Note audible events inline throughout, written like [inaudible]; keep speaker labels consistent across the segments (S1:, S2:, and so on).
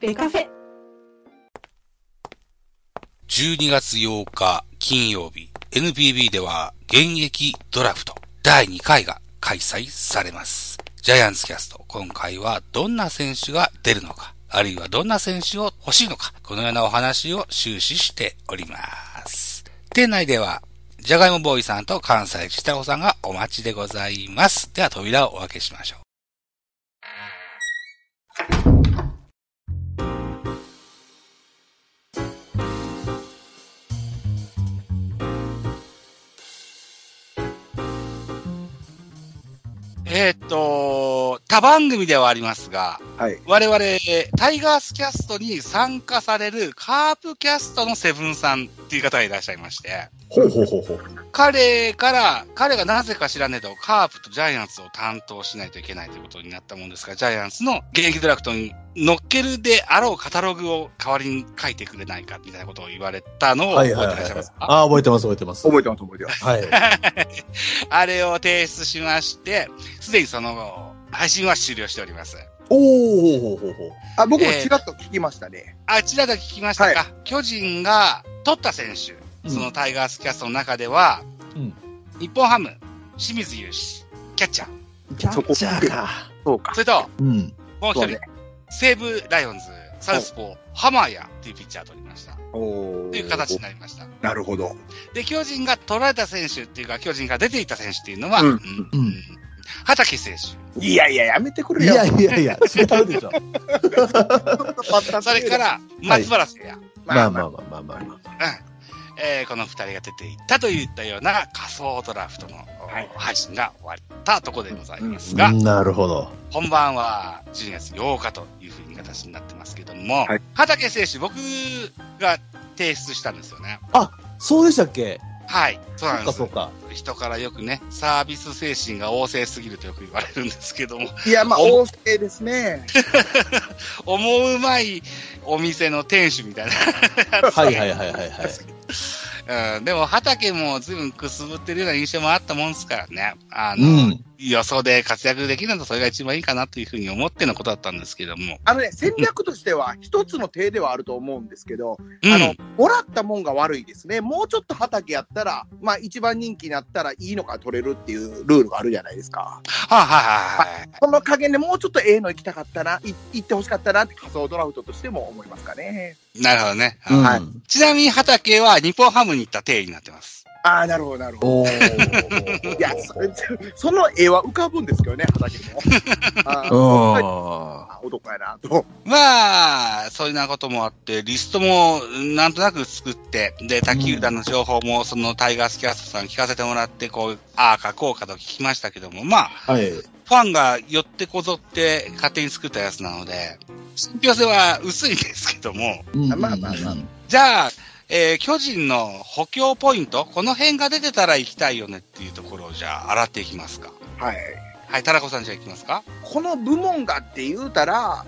S1: ベカフェ
S2: 12月8日金曜日、NPB では現役ドラフト第2回が開催されます。ジャイアンツキャスト、今回はどんな選手が出るのか、あるいはどんな選手を欲しいのか、このようなお話を終始しております。店内では、ジャガイモボーイさんと関西ちた子さんがお待ちでございます。では扉をお開けしましょう。えーっと、他番組ではありますが、
S3: はい。
S2: 我々、タイガースキャストに参加されるカープキャストのセブンさんっていう方がいらっしゃいまして、
S3: ほうほうほうほう。
S2: 彼から、彼がなぜか知らねえと、カープとジャイアンツを担当しないといけないということになったもんですが、ジャイアンツの現役ドラフトに乗っけるであろうカタログを代わりに書いてくれないか、みたいなことを言われたのを覚
S4: は
S2: え
S4: い
S2: て
S4: はい
S2: ら
S4: は
S2: っ
S4: い
S2: しゃいます。か
S4: ああ、覚えてます、覚えてます。
S3: 覚えてます、覚えてます。
S4: はい。
S2: あれを提出しまして、すでにその配信は終了しております。
S4: おー、ほうほうほうほ
S3: あ、僕もちらっと聞きましたね。
S2: あちらで聞きましたか、
S3: は
S2: 巨人が取った選手、
S4: う。
S2: [laughs] そのタイガースキャストの中では、
S4: うん
S2: 日本ハム、清水雄志、キャッチャー、
S4: キャッチャーか。
S3: そうか。
S2: それと、
S4: うん。
S2: もう一
S3: そう
S2: 人
S3: ね、
S2: 西武ライオンズ、サウスポー、浜谷っていうピッチャーを取りました。
S3: お
S2: という形になりました。
S3: なるほど。
S2: で、巨人が取られた選手っていうか、巨人が出ていた選手っていうのは、
S3: うん
S4: うん
S2: 畑選手。
S3: いやいや、やめてくれ
S4: い
S3: よ。
S4: やいやいや、違
S2: [laughs]
S4: うでしょ。
S2: それか、ら、松原聖也。
S4: まあまあまあまあまあまあ。
S2: えーこの二人が出ていったといったような仮想ドラフトの
S3: い
S2: 配信が終わったところでございますが、
S4: なるほど。
S2: 本番は12月8日というふうに形になってますけども、
S3: はい
S2: 畑選手、僕が提出したんですよね。
S4: そうでしたっけ
S2: はい、そう
S4: そ
S2: な
S4: っ
S2: んで
S4: か
S2: す
S4: そっか。
S2: 人からよくね、サービス精神が旺盛すぎるとよく言われるんですけども、 [laughs]
S3: いや、まあ、
S2: お
S3: 旺盛ですね。
S2: 思うまいお店の店主みたいな。
S4: はいはいはいはいはい。
S2: うん、でも、畑も随分くすぶってるような印象もあったもんですからね。あ
S4: う
S2: の、
S4: ん。
S2: 予想で活躍できるのとそれが一番いいかなというふうに思ってのことだったんですけども。
S3: あのね、戦略としては、一つの手ではあると思うんですけど、
S2: うん、
S3: あの、もらったもんが悪いですね。もうちょっと畑やったら、まあ、一番人気になったらいいのが取れるっていうルールがあるじゃないですか。
S2: はいはいはい。
S3: その加減でもうちょっとええの行きたかったな、い行ってほしかったなって仮想ドラフトとしても思いますかね。
S2: なるほどね。
S3: はい
S4: うん
S2: ちなみに畑は日本ハムに行った体になってます。
S3: ああ、なるほど、なるほど。
S2: [laughs]
S4: おー。
S3: いや、そその絵は浮かぶんですけどね、畑も。あ [laughs] ー
S4: うん。
S3: あ男やなと。
S2: まあ、そういうようなこともあって、リストもなんとなく作って、で、他球団の情報もそのタイガースキャストさん聞かせてもらって、こう、ああかこうかと聞きましたけども、まあ、
S4: はい。
S2: ファンが寄ってこぞって勝手に作ったやつなので、信憑性は薄いですけども、
S3: あまあまあまあ
S2: じゃあ、えー巨人の補強ポイント、この辺が出てたら行きたいよねっていうところをじゃあ洗っていきますか。
S3: はい。
S2: はい、タラコさんじゃあ行きますか。
S3: この部門がって言うたら、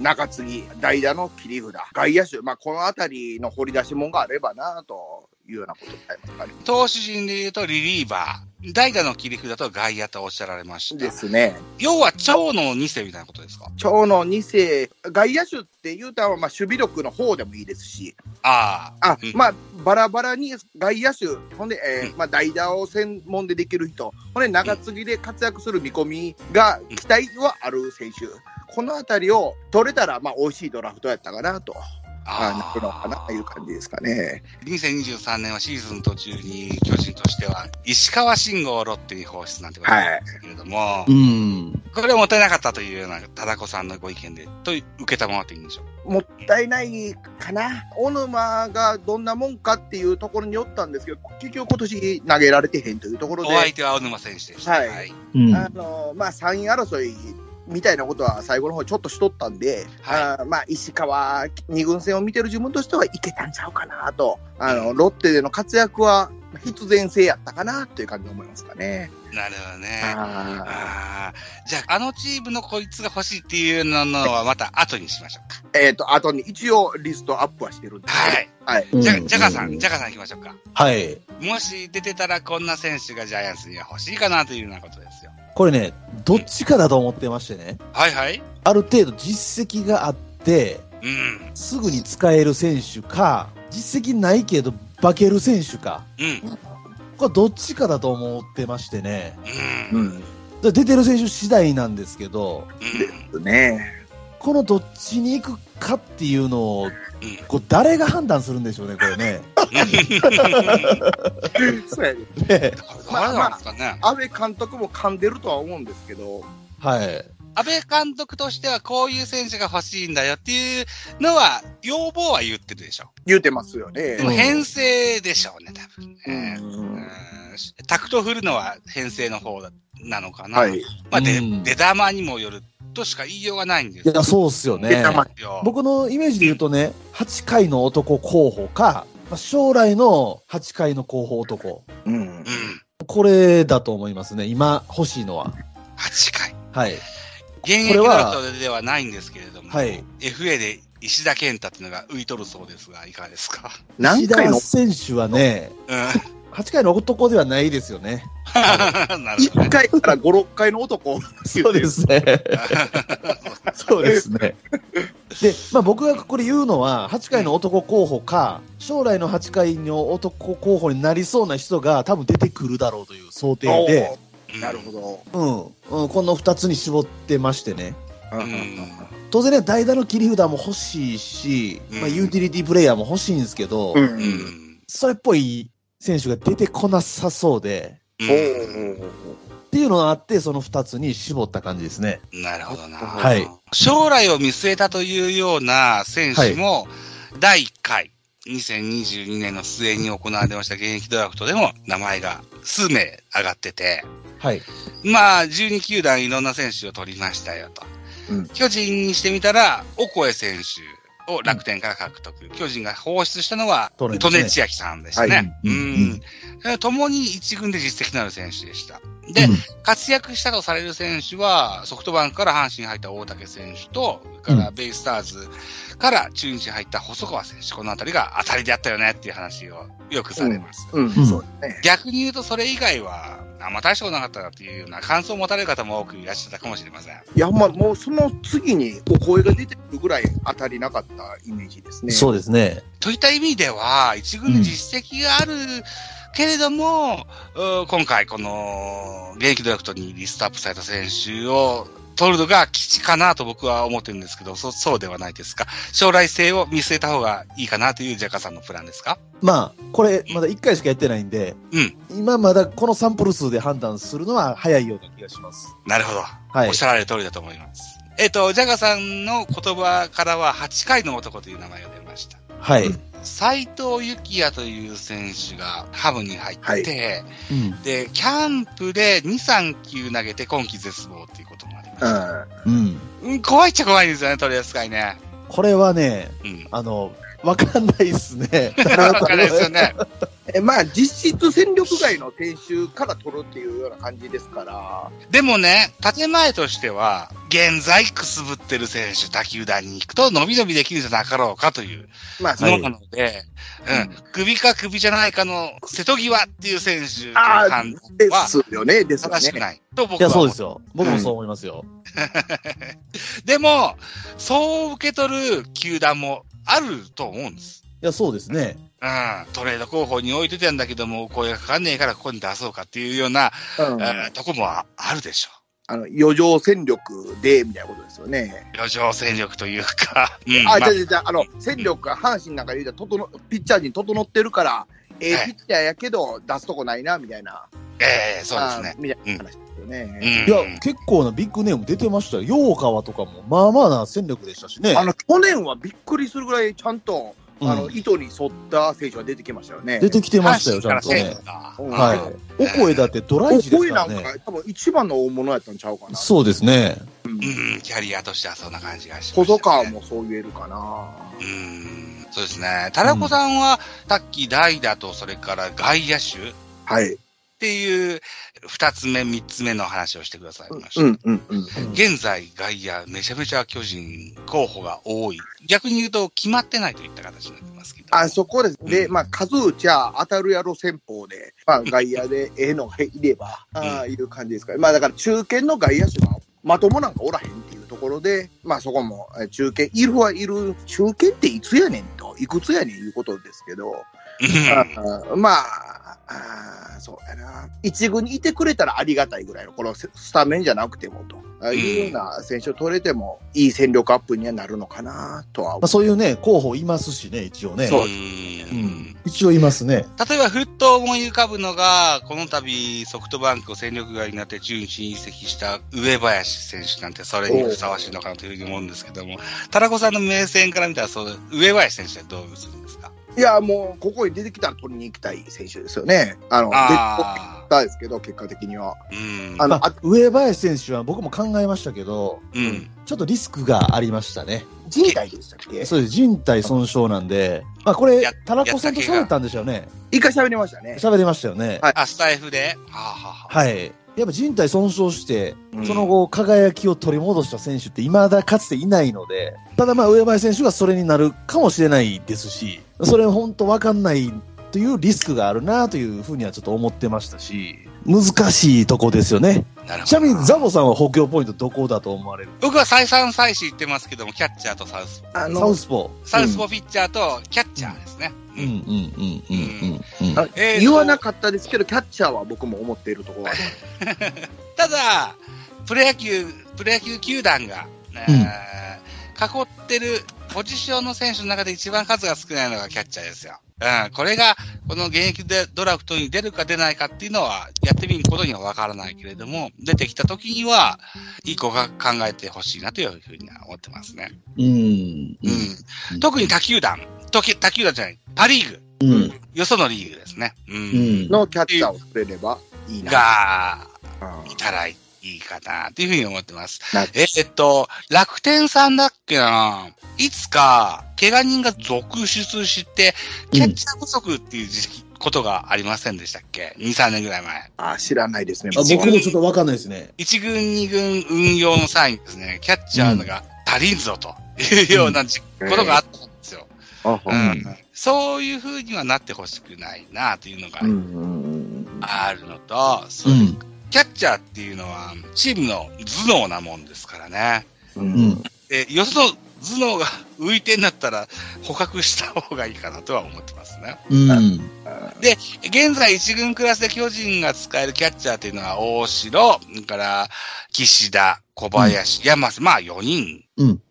S3: 中継ぎ、代打の切り札、外野手、まあ、この辺りの掘り出し物があればなというようなことになりますかね。
S2: 投手陣で言うとリリーバー、代打の切り札と外野とおっしゃられました。
S3: すね。
S2: 要は長野2世みたいなことですか
S3: 長野2世、外野手って言うたら、まあ、守備力の方でもいいですし、
S2: ああ。
S3: あ、
S2: うん
S3: まあ、バラバラに外野手、ほんで、えーまあ、代打を専門でできる人、ほんで、長継ぎで活躍する見込みが、期待はある選手。このあたりを取れたら、まあ、美味しいドラフトやったかなと、あなるのかなという感じですかね。
S2: 2023年はシーズン途中に巨人としては石川慎吾をロッテに放出なんてことなんですけれども、
S4: うん。
S2: これはもったいなかったというような、ただこさんのご意見で、と受けたまっていいんでしょう
S3: もったいないかな。小沼がどんなもんかっていうところによったんですけど、結局今年投げられてへんというところ
S2: お
S3: で、
S2: 相手は青沼選手でした。
S3: はい
S2: はい。
S4: うん。
S3: あのまあ、3位争いみたいなことは最後の方ちょっとしとったんで、
S2: は
S3: あーまあ、石川、二軍戦を見てる自分としてはいけたんちゃうかなと、あのロッテでの活躍は必然性やったかなという感じで思いますかね。
S2: なるほどね。
S3: あ
S2: ああ。じゃあ、あのチームのこいつが欲しいっていうのはまた後にしましょうか。
S3: ーえっ、と、あとに一応リストアップはしてるんですけど
S2: はい。
S3: はい。
S2: じゃ、じゃがさ、
S4: うん
S2: じゃがさん行きましょうか。
S4: はい。
S2: もし出てたらこんな選手がジャイアンツには欲しいかなというようなことですよ。
S4: これね、どっちかだと思ってましてね。
S2: はいはい。
S4: ある程度実績があって、
S2: うん。
S4: すぐに使える選手か、実績ないけど、化ける選手か。
S2: うん。
S4: これどっちかだと思ってましてね。
S2: うん。
S3: う
S2: うん。
S3: ん。
S4: で出てる選手次第なんですけど、
S3: ね [laughs]
S4: このどっちに行くかっていうのを、こう誰が判断するんでしょうね、これね。
S3: そうやね。
S4: ね
S2: 誰なんですかね。
S3: 安倍監督も噛んでるとは思うんですけど、
S4: はい。
S2: 安倍監督としてはこういう選手が欲しいんだよっていうのは、要望は言ってるでしょ。
S3: 言うてますよね
S2: で。も編成でしょうね、多分
S3: う
S2: ね。
S3: ん。
S2: うんタクト振るのは編成の方なのかな。
S3: はい。
S2: まあ、で
S4: うん
S2: 出玉にもよるとしか言いようがないんです
S4: いや、そうっすよね
S3: 出。たま
S2: よ。
S4: 僕のイメージで言うとね、8回の男候補か、まあ将来の8回の候補男。
S3: うん
S2: う。ん。
S4: これだと思いますね、今欲しいのは。
S2: 8回。
S4: はい。
S2: 現役ドラフトではないんですけれども、
S4: はい。
S2: FA で石田健太っていうのが浮いとるそうですが、いかがですか。
S3: 何
S4: 石
S3: 回
S4: 田
S3: の
S4: 選手はね、
S2: うん。
S4: 8回の男ではないですよね。
S2: [laughs] なるほど
S3: 1。回から5、6回の男。
S4: [laughs] そうで。すね。 [laughs] そうですね。で、まあ、僕がこれ言うのは、8回の男候補か、将来の8回の男候補になりそうな人が多分出てくるだろうという想定で、
S3: なるほど。
S4: うん、うん、この2つに絞ってましてね。
S3: う
S2: うん
S3: ん。
S4: 当然ね、代打の切り札も欲しいし、まあ、
S2: うん
S4: ユーティリティプレイヤーも欲しいんですけど、
S2: う
S3: う。
S2: んん。
S4: それっぽい選手が出てこなさそうで、
S2: うん
S3: おー
S4: っていうのがあって、その2つに絞った感じですね。
S2: なるほどな。
S4: はい
S2: 将来を見据えたというような選手も、第1回、2022年の末に行われました現役ドラフトでも名前が数名上がってて、
S4: はい。
S2: まあ、12球団いろんな選手を取りましたよと。
S3: うん
S2: 巨人にしてみたら、オコエ選手を楽天から獲得。巨人が放出したのは、
S4: トレです
S2: 利
S4: ね
S2: 根千秋さんでしたね。
S3: はい
S2: うん
S4: うん
S2: えー共に一軍で実績のある選手でした。で、
S4: うん
S2: 活躍したとされる選手は、ソフトバンクから阪神に入った大竹選手と、それからベイスターズから中日に入った細川選手、このあたりが当たりであったよねっていう話をよくされます。
S3: うん。
S4: うん
S3: そうですね。
S2: 逆に言うと、それ以外は、あんま大したことなかったなっていうような感想を持たれる方も多くいらっしゃったかもしれません。
S3: いや、まあ、もうその次にお声が出てくるぐらい当たりなかったイメージですね。
S4: そうですね。
S2: といった意味では、一軍で実績があるけれども、うん今回、この、現役ドラフトにリストアップされた選手を取るのが基地かなと僕は思ってるんですけど、そそうではないですか。将来性を見据えた方がいいかなというジャカさんのプランですか
S4: まあ、これ、まだ1回しかやってないんで、
S2: うん
S4: 今まだこのサンプル数で判断するのは早いような気がします。
S2: なるほど。
S4: はい
S2: おっ。しゃられる通りだと思います。えっ、と、ジャガさんの言葉からは、8回の男という名前が出ました。
S4: はい。う
S2: 斉藤幸也という選手がハムに入って、
S3: はい
S4: ん。
S2: で、キャンプで2、3球投げて今季絶望っていうこともありま
S3: うん。 [laughs]
S2: す。
S4: うん。
S2: うん、怖いっちゃ怖いんですよね、取り扱いね。
S4: これはね、
S2: うん。
S4: あの、わかんないっすね。
S2: わかんないですよね。
S3: えまあ、実質戦力外の選手から取るっていうような感じですから、
S2: でもね、建前としては、現在くすぶってる選手、他球団に行くと、伸び伸びできるんじゃなかろうかという
S3: まあ、そ
S2: も
S3: の
S2: の
S4: はい
S2: なので、
S3: う
S2: うん、首か首じゃないかの瀬戸際っていう選手の
S3: あー
S2: 判断
S3: で
S2: は
S3: すよね、ですよ
S2: 正しく
S3: ね。
S2: ない。と
S4: い
S2: 僕
S4: や、
S2: は
S4: そ
S2: 思
S4: う
S2: う
S4: ですよ。僕もそう思いますよ。
S2: でも、そう受け取る球団もあると思うんです。
S4: いや、そうですね。
S2: うん、トレード候補に置いてたんだけども、声がかかんねえからここに出そうかっていうような、
S3: うん
S2: うん、とこもああるでしょ
S3: あの余剰戦力で、みたいなことですよね。
S2: う。余剰戦力というか、うん、ま
S3: あ、
S2: あ
S3: じゃあじゃあじゃあ、あの、戦力が阪神なんか言うたら整、ピッチャー陣整ってるから、ええ
S2: はい
S3: ピッチャーやけど、出すとこないな、みたいな。
S2: ええそうですね
S3: あ。ーみたいな話ですよね。
S4: いや
S2: うん、
S4: 結構なビッグネーム出てましたよ。洋川とかも、まあまあな戦力でしたしね。
S3: あの去年はびっくりするぐらいちゃんと、
S4: うん
S3: あの糸に沿った選手が出てきましたよね。
S4: 出てきてましたよ、
S2: 阪神
S4: ち
S2: か
S4: ゃん
S2: ら
S4: と
S2: セ
S4: ね
S2: ー。フか
S3: うん
S4: は
S3: うん
S4: い。お声だってドライジです
S3: 声
S4: か
S3: な
S4: ら
S3: んか
S4: ね。
S3: 多分一番の大物やったんちゃうかな。
S4: そうですね。
S2: うん、キャリアとしてはそんな感じがします、
S3: 細川。もそう言えるかな。
S2: うん、そうですね。タラコさんは、さっき代打とそれから外野手っ
S3: はい。
S2: ていう、二つ目、三つ目の話をしてくださいました。
S3: うんうんうん。
S2: 現在、外野、めちゃめちゃ巨人候補が多い。逆に言うと、決まってないといった形になってますけど。
S3: あそこです。で、
S2: うん
S3: まあ、数打ちゃ当たるやろ戦法で、ま [laughs] あ、外野でええのがいれば、ああいう感じですから。まあ、だから中堅の外野手がまともなんかおらへんっていうところで、まあそこもえー中堅、いるはいる、中堅っていつやねんと、いくつやねんいうことですけど、あーまあ、あーそうやな。一軍にいてくれたらありがたいぐらいの、このススタメンじゃなくてもと、あいうような選手を取れても、いい戦力アップにはなるのかなとは思
S4: まあ、そういうね、候補いますしね、一応ね。
S3: そう
S2: ー
S4: うんん。一応いますね。
S2: 例えば、ふっと思い浮かぶのが、この度、ソフトバンクを戦力外になって順位に移籍した上林選手なんて、それにふさわしいのかなというふうに思うんですけども、タラコさんの目線から見たら、そう、上林選手はどうするんですか
S3: う。いや、もう、ここに出てきたら取りに行きたい選手ですよね。あの、出て
S2: あ
S3: きたんですけど、結果的には。
S2: あ。うん。
S3: あの、
S4: まあ
S3: あ、
S4: 上林選手は僕も考えましたけど、
S2: うん。
S4: ちょっとリスクがありましたね。
S3: 人体でしたっけ
S4: そうです。人体損傷なんで、まあこれ
S2: や、
S4: タラコさんと喋ったんでしょうね。
S3: 一回喋りましたね。
S4: 喋りましたよね。
S3: は
S2: あ、スタイフではあはあはあ
S4: はい。やっぱ人体損傷して、
S2: うん
S4: その後、輝きを取り戻した選手って、未だかつていないので、ただまあ、上林選手がそれになるかもしれないですし、それ本当わかんないというリスクがあるなというふうにはちょっと思ってましたし、難しいとこですよね。
S2: なるほど。
S4: ちなみに、ザボさんは補強ポイントどこだと思われる
S2: 僕は再三再四言ってますけども、キャッチャーとサウスポー。
S3: あ
S4: サウ
S3: の、
S4: スポー。
S2: サウスポーピッチャーとキャッチャーですね。
S4: うんうんうんうんうんうん。
S3: あ
S2: えー
S3: 言わなかったですけど、キャッチャーは僕も思っているところはあります。
S2: ただ、プロ野球、プロ野球球団が、えー囲ってるポジションの選手の中で一番数が少ないのがキャッチャーですよ。うん、これが、この現役でドラフトに出るか出ないかっていうのは、やってみることにはわからないけれども、出てきた時には、いい子が考えてほしいなというふうには思ってますね。
S4: うん
S2: うん。特に他球団、とき他球団じゃない、パリーグ、
S4: うんうん
S2: よそのリーグですね。うん。
S4: うん
S3: のキャッチャーを作れればいいな。
S2: が、
S3: うん
S2: いたらいいかな、というふうに思ってます。
S3: な
S2: え、えっと、楽天さんだっけないつか、怪我人が続出して、キャッチャー不足っていう時期ことがありませんでしたっけ ?2、3年ぐらい前。
S3: あ知らないですね。
S4: あ
S3: 僕
S4: 僕
S3: は
S4: もちょっとわかんないですね。。
S2: 1軍、2軍運用の際にですね、キャッチャーが足りんぞというようなじ
S3: うん
S2: ことがあったんですよ。
S3: あ
S2: う
S3: うん
S2: んそういう風にはなってほしくないなというのがあるのと、そううんキャッチャーっていうのはチームの頭脳なもんですからね。
S4: うん。
S2: えーよその頭脳が浮いてんだったら捕獲した方がいいかなとは思ってますね。
S4: うん。
S2: 現在一軍クラスで巨人が使えるキャッチャーというのは大城、それから岸田、小林、山瀬、まあ4人。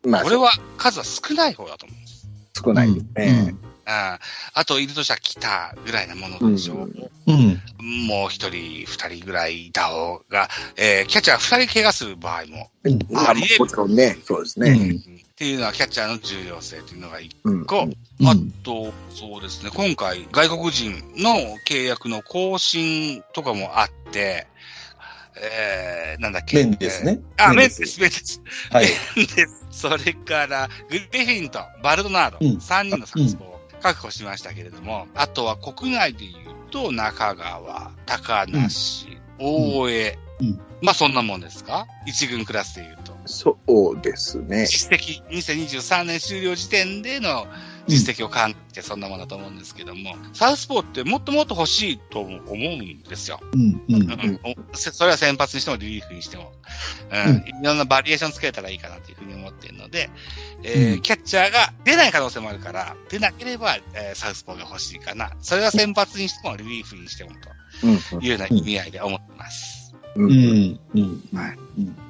S3: まあ、
S2: これは数は少ない方だと思うんです。
S3: 少ないですね。
S2: ああと、いるとしたら北ぐらいなものでしょう。
S4: うん。
S2: もう一人、二人ぐらいいた方が、えーキャッチャー二人怪我する場合も、
S4: うん
S3: まあ
S2: ありえる
S3: もちろんね、そうです
S4: う
S3: ね。
S4: ん
S2: っていうのはキャッチャーの重要性というのが一
S3: うん
S2: 個、
S4: うん
S2: あと、そうですね、今回、外国人の契約の更新とかもあって、えー、なんだっけ。
S4: 面ですね。
S2: えー。あ、メンです、メンです。
S4: はい。
S2: メンです。 [laughs] それから、グリフィンとバルドナード、
S4: うん
S2: 3人のサスポを確保しましたけれども、あとは国内で言うと、中川、高梨、大江、
S4: うん
S2: まあそんなもんですか一軍クラスで言うと。
S3: そうですね。
S2: 実績、2023年終了時点での実績を考えてそんなものだと思うんですけども、サウスポーってもっともっと欲しいと思うんですよ。
S4: うん。うん。
S2: うんおせそれは先発にしてもリリーフにしても、うん
S4: うん
S2: いろんなバリエーションつけたらいいかなというふうに思っているので、えー
S4: うん
S2: キャッチャーが出ない可能性もあるから、出なければ、えーサウスポーが欲しいかな。それは先発にしてもリリーフにしてもと
S3: うん
S2: いうような意味合いで思ってます。
S3: うん
S4: うん。うん。うん。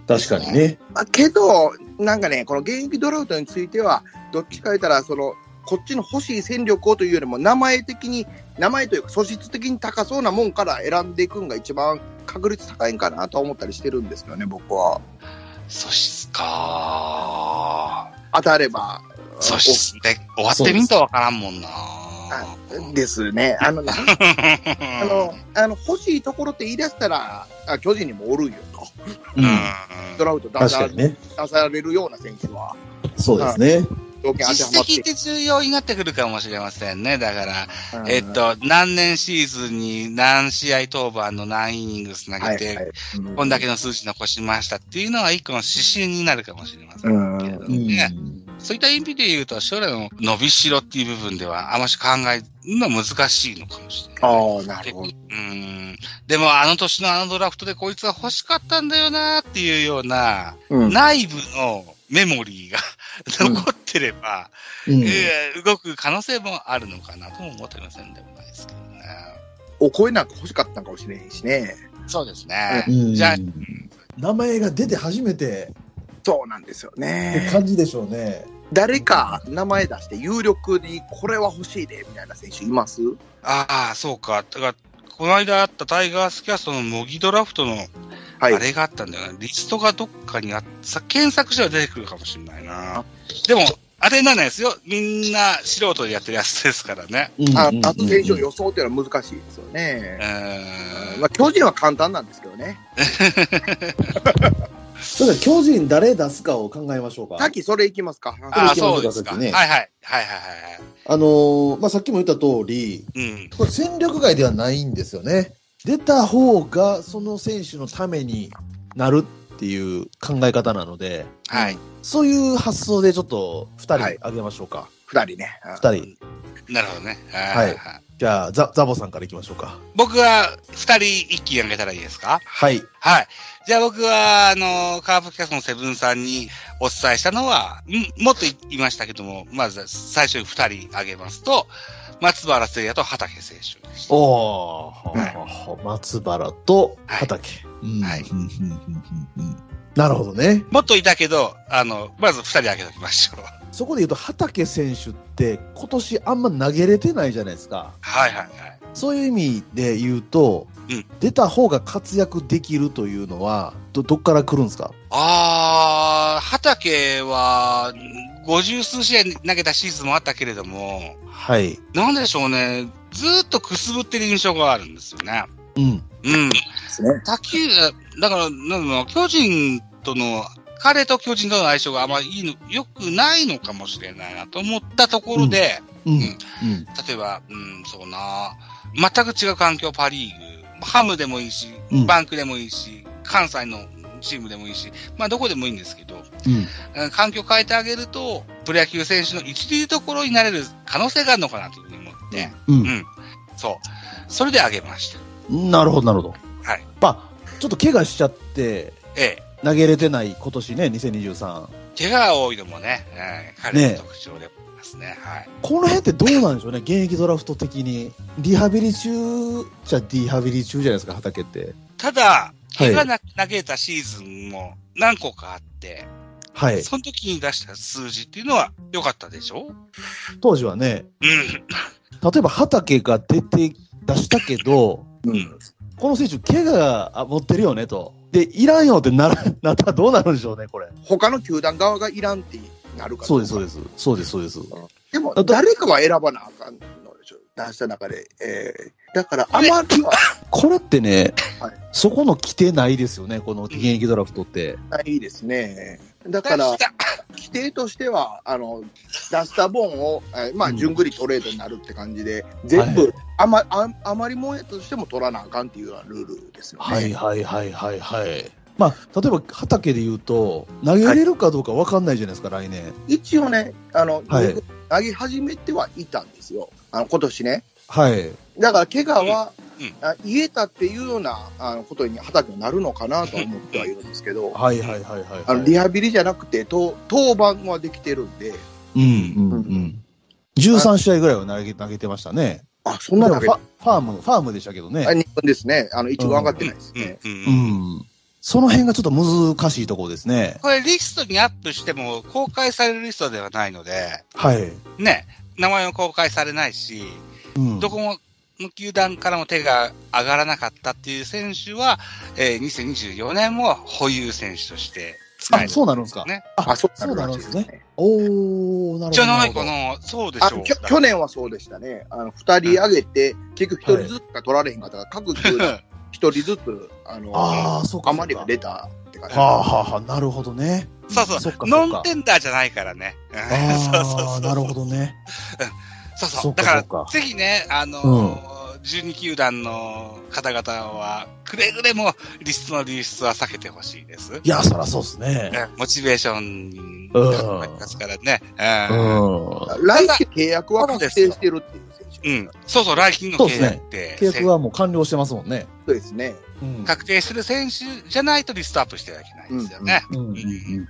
S4: 確かにね。
S3: まあ、けど、なんかね、この現役ドラフトについては、どっちか言ったら、その、こっちの欲しい戦力をというよりも、名前的に、名前というか、素質的に高そうなもんから選んでいくんが一番確率高いんかなと思ったりしてるんですよね、僕は。
S2: 素質か
S3: 当たれば。
S2: 素質って終わってみんとわからんもんな
S3: あですね。あの、なあの、あの欲しいところって言い出したら、あ巨人にもおるんよと。
S2: [laughs] うん。
S3: ドラフト出
S4: 確か
S3: さ
S4: にね。
S3: 出されるような選手は、
S4: そうですね。
S3: 条件当ては
S2: 実
S3: まって
S2: 績って重要になってくるかもしれませんね。だから、
S3: うん
S2: えっ、と、何年シーズンに何試合当番の何イニングつな
S3: はい
S2: げ
S3: は
S2: て、
S3: い、うん
S2: こんだけの数値残しましたっていうのは一個の指針になるかもしれませ
S3: うんん
S2: けれども
S4: う
S2: ね。
S4: ん。
S2: そういった意味で言うと、将来の伸びしろっていう部分では、あまし考えるのは難しいのかもしれない。
S3: ああ、なるほど。
S2: うん。でも、あの年のあのドラフトでこいつは欲しかったんだよなっていうような、
S3: うん。
S2: 内部のメモリーが [laughs]
S3: うん
S2: 残ってれば、
S4: うん
S2: えー動く可能性もあるのかなとも思っておりませんでもないですけどね。
S3: お声なんか欲しかったんかもしれへんしね。
S2: そうですね。
S4: うん
S2: じゃあ
S4: 名前が出て初めて
S3: そうなんですよ
S4: って
S3: ね。
S4: 感じでしょうね。
S3: 誰か名前出して有力にこれは欲しいでみたいな選手います
S2: ああ、そうか。だから、この間あったタイガースキャストの模擬ドラフトの、
S3: はい
S2: あ。れがあったんだよな、リストがどっかにあっさ、検索したら出てくるかもしれないな。でも、あれなんですよ。みんな素人でやってるやつですからね。
S3: ああと選手を予想っていうのは難しいですよ
S2: う
S3: ね。
S2: ーん。
S3: まあ、巨人は簡単なんですけどね。
S4: それでは巨人誰出すかを考えましょうか。
S3: さっきそれいきますか。
S2: あ
S4: あ
S2: あ、そうです
S4: そ
S2: か。
S4: う
S2: は
S4: で
S2: い
S4: すね
S2: はい。はいはいはい。
S4: あのーまあ、さっきも言った通り、
S2: うん。
S4: これ戦力外ではないんですよね。出た方がその選手のためになるっていう考え方なので、
S2: はい。
S4: そういう発想でちょっと
S3: は
S4: 2
S3: い
S4: 人あげましょうか。
S3: 二人ね。うん
S4: 二人。
S2: なるほどね。
S4: はいじゃあ、ザザボさんからいきましょうか。
S2: 僕は二人一気にあげたらいいですか
S4: はい。
S2: はい。じゃあ僕は、あの、カープキャストのセブンさんにお伝えしたのは、んもっと言いましたけども、まず最初に二人挙げますと、松原聖也と畠選手でした。
S4: お
S2: は
S4: ー、松原と畑。うん
S2: はい
S4: うんうんうんうんうんなるほどね。
S2: もっといたけど、あの、まず二人挙げときましょう。
S4: そこで言うと、畑選手って今年あんま投げれてないじゃないですか。
S2: はいはいはい。
S4: そういう意味で言うと、
S2: うん
S4: 出た方が活躍できるというのは、ど、どっから来るんですか
S2: あー、畠は、50数試合投げたシーズンもあったけれども、
S4: はい。
S2: なんでしょうね、ずーっとくすぶってる印象があるんですよね。
S4: うん。
S2: うん。
S3: ですね。
S2: 卓球、だから、なんだろう巨人との、彼と巨人との相性があまりいいの、良くないのかもしれないなと思ったところで、
S4: う
S2: ん
S4: ん。うん。
S2: 例えば、うん、そうな、全く違う環境パリーグ、ハムでもいいし
S4: う、ん
S2: バンクでもいいし、関西のチームでもいいし、まあどこでもいいんですけど、
S4: うん。
S2: うん環境変えてあげると、プロ野球選手の一流どころになれる可能性があるのかなというふうに思って、
S4: うん。
S2: そう。それであげました。
S4: なるほど、なるほど。
S2: はい。
S4: まあ、ちょっと怪我しちゃって、
S2: ええ。
S4: 投げれてない今年ね、2023。
S2: 怪我が多いのもね、えー彼の特徴でありますね。はい。
S4: この辺ってどうなんでしょ
S2: [laughs]
S4: うね、現役ドラフト的に。リハビリ中じゃリハビリ中じゃないですか、畑って。
S2: ただ、
S4: はい
S2: 怪我な投げたシーズンも何個かあって、
S4: はい。
S2: その時に出した数字っていうのは良かったでしょ
S4: 当時はね、
S2: うん。
S4: 例えば畑が出て、出したけど、
S3: うん。
S4: この選手、怪我あ持ってるよねと。で、いらんよってなら [laughs] なったらどうなるんでしょうね、これ。
S3: 他の球団側がいらんってなるから。
S4: そうです、そうです。そうです、そうです。
S3: でも、
S4: だと
S3: 誰かは選ばなあかんのでしょ。出した中で。えー、だから、あまりは
S4: これってね、
S3: はい
S4: そこの規定ないですよね、この現役ドラフトって。
S3: ないですね。
S2: だ
S3: だ
S2: か
S3: からら、、規定としては、あの、出したボンを、えーま
S4: う
S3: あ、
S4: ん
S3: 順繰りトレードになるって感じで、全
S4: は
S3: 部、あま、ああまりもんやとしても取らなあかんっていうようなルールですよね。
S4: はいはいはいはいはい。まあ、例えば畑で言うと、投げれるかどうか分かんないじゃないですか、来年。
S3: 一応ね、あの、
S4: はい
S3: 投げ始めてはいたんですよ。あの、今年ね。
S4: はい。
S3: だから、怪我は、
S2: うんうん
S3: あ言えたっていうようなあのことに畑になるのかなとは思ってはいるんですけど、
S4: はいはいはいはい、
S3: あ
S4: は
S3: のリ
S4: い。
S3: ハビリじゃなくて、と登板はできてるんで、
S4: うんうんうん。13試合ぐらいは投げ投げてましたね。
S3: あ、そんな
S4: で
S3: だ
S4: も
S3: け
S4: ファファーム、ファームでしたけどね。
S3: あ日本ですね。あの、一応上がってないです
S2: うん
S3: ね。
S2: うん
S4: う
S2: うん
S4: ん。その辺がちょっと難しいところですね。
S2: これリストにアップしても公開されるリストではないので、
S4: はい。
S2: ね、名前も公開されないし、
S4: うん
S2: どこも、の球団からも手が上がらなかったっていう選手は、えー2024年も保有選手として使える
S4: あ、そうなるんですか。
S2: ね
S4: あ、
S3: そ
S4: そうなるん
S3: ら
S4: で
S3: しい
S4: すね。。おー、なるほど。
S2: じゃない
S4: るほ
S2: か
S4: ど。
S2: なそうで
S3: あ
S2: しょう。
S3: きょ去年はそうでしたね。あの、二人上げて、結局一人ずつが取られへんかったから、各球団一人ずつ、あの、
S4: ああ、そうか。
S3: あまりが出
S4: た。
S3: たって感じ。
S4: はあはあはあ、なるほどね。
S2: そうそう
S4: そっかそ
S2: ノ
S4: っ
S2: ン
S4: か。
S2: テンダーじゃないからね。うんそうそう
S4: あ
S2: そ
S4: あ、
S2: う
S4: なるほどね。
S2: そう
S4: そ
S2: そうう。
S4: か
S2: だ
S4: そ
S2: か、
S4: うから
S2: ぜひね、あのー12球団の方々はくれぐれもリストの流出は避けてほしいです。
S4: いや、そらそうですね。
S2: ねモチベーションに
S4: うん
S2: なりますからね。
S4: う
S2: うん
S4: ん。
S3: 来期契約は確定してるっていう選手。
S2: うん。そうそう、来期の契約って、
S4: 契約はもう完了してますもんね。
S3: そうですね。
S4: うん。
S2: 確定する選手じゃないとリストアップしてはいけないんですよね。
S4: うんうんうん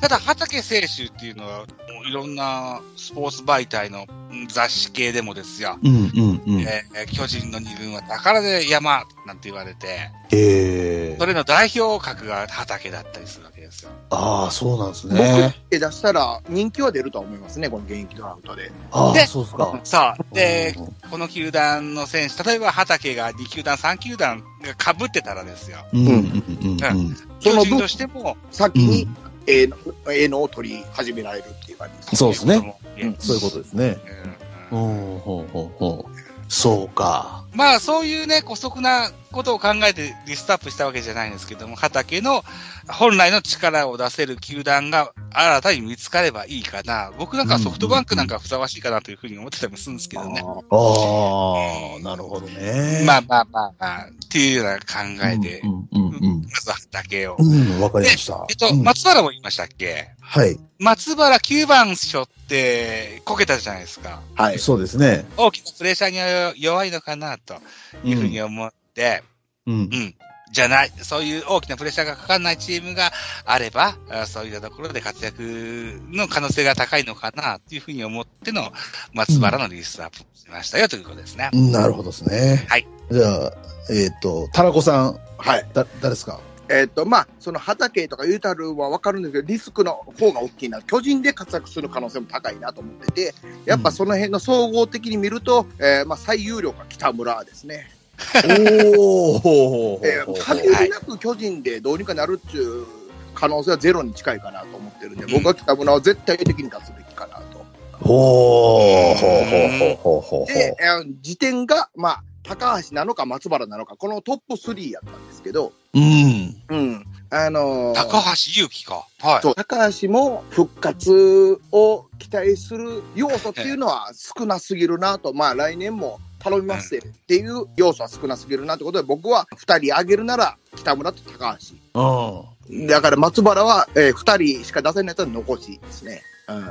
S2: ただ、畑選手っていうのは、もういろんなスポーツ媒体のうん雑誌系でもですよ。
S4: うんうんうん。
S2: えー巨人の二軍は宝で山なんて言われて、
S4: ええ
S2: そ。れの代表格が畑だったりするわけですよ。
S4: ああ、そうなんです
S3: 僕
S4: ね。
S3: 手出したら人気は出るとは思いますね、この現役ドラフトで。
S4: あ
S2: で
S4: あ、そうですか。
S2: さあ、で、
S4: うん
S2: この球団の選手、例えば畑が2球団、3球団が被ってたらですよ。
S4: うんうんうんうん。
S3: その
S2: 巨
S3: 分
S2: 人としても、
S3: 先に、ええの、ええのを取り始められるっていう感じですね
S4: そうですね
S2: というこ
S4: そういうことですね。
S2: とも。うん
S4: うん、ほうほうほう。そうか。
S2: まあ、そういうね、姑息なことを考えてリストアップしたわけじゃないんですけども、畑の本来の力を出せる球団が新たに見つかればいいかな。僕なんかソフトバンクなんかふさわしいかなというふうに思ってたりもするんですけどね。
S4: ああ、なるほどね。
S2: まあまあまあまあ、っていうような考えで、
S4: うんうんうん
S2: まず畑を
S4: う。ん。うん、わかりました。
S2: えっと、
S4: うん
S2: 松原も言いましたっけ
S4: はい。
S2: 松原9番所ってこけたじゃないですか。
S3: はい。
S4: そうですね。
S2: 大きなプレッシャーには弱いのかなと
S4: う
S2: いうふうに
S4: ん。
S2: 思って、
S4: うん
S2: うん。じゃない、そういう大きなプレッシャーがかかんないチームがあれば、あそういったところで活躍の可能性が高いのかな、というふうに思っての松原のリストアップをしましたよ、ということですね。
S4: うん。なるほどですね。
S2: はい。
S4: じゃあ、えっと、タラコさん、
S3: はい。
S4: だ、誰ですか
S3: えっと、まあ、その畑とかユータルはわかるんですけど、リスクの方が大きいな。巨人で活躍する可能性も高いなと思ってて、やっぱその辺の総合的に見ると、えーまあ、最有力が北村ですね。
S4: おお
S3: えー、限りなく巨人でどうにかなるっていう可能性はゼロに近いかなと思ってるんで、僕は北村は絶対的に勝つべきかなと。
S4: ほうほうほうほうほうほう。
S3: で、えー時点が、まあ、高橋なのか松原なのか、このトップ3やったんですけど、
S4: うん。
S3: うん。あのー
S2: 高橋祐希か。はい。
S3: そう高橋も復活を期待する要素っていうのは少なすぎるなと、まあ来年も頼みますっていう要素は少なすぎるなってことで、僕は2人挙げるなら北村と高橋。
S4: うん。
S3: だから松原は、え2人しか出せないと残しですね。うん、
S2: うんうん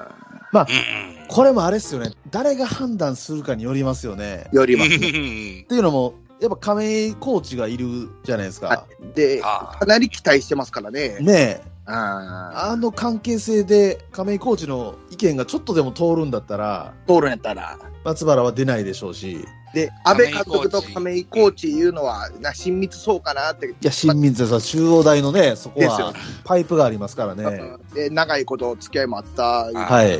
S4: これもあれですよね。誰が判断するかによりますよね。
S3: より
S2: う
S3: ます、 [laughs] ね
S2: ん
S4: っていうのも、やっぱ亀井コーチがいるじゃないです
S3: は
S4: か。
S3: いで、
S2: あ
S3: かなり期待してますからね。
S4: ねえ。
S3: あ
S4: あの関係性で亀井コーチの意見がちょっとでも通るんだったら、
S3: 通るんやったら。
S4: 松原は出ないでしょうし、い
S3: で、安倍監督と
S2: 亀
S3: 亀
S2: 井
S3: 井
S2: コ
S3: コ
S2: ー
S3: ーチいうのは、な親密そうかなって。
S4: や、新水さん、中央大のね、そこ
S3: ですよ
S4: はパイプがありますから
S3: う
S4: ね。
S3: んで長いこと付き合いもあった
S4: はい。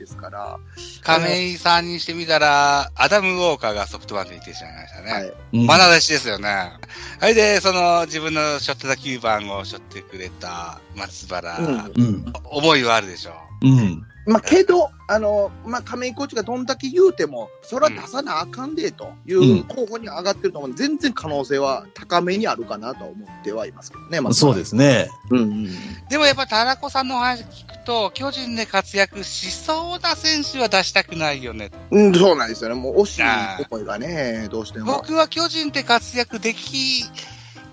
S3: ですから、
S2: 亀井さんにしてみたら、アダム・ウォーカーがソフトバンクに行ってしまいましたね。
S3: はい
S4: うん
S2: まな弟子ですよね。はい、で、その、自分の背負ってた9番を背負ってくれた松原、
S3: うん
S4: うん。
S2: 思いはあるでしょう。
S4: うん。
S3: まあ、けど、あのまあ、亀井コーチがどんだけ言うても、それは出さなあかんでという候補に上がってると思うんで、全然可能性は高めにあるかなと思ってはいますけどね、まあ、
S4: そうですね。
S3: うんうん
S2: でもやっぱ、田中さんのお話聞くと、巨人で活躍しそうな選手は出したくないよね。
S3: うん、そうなんですよね。もう惜しい
S2: ああ
S3: 思いがね、どうしても。
S2: 僕は巨人で活躍でき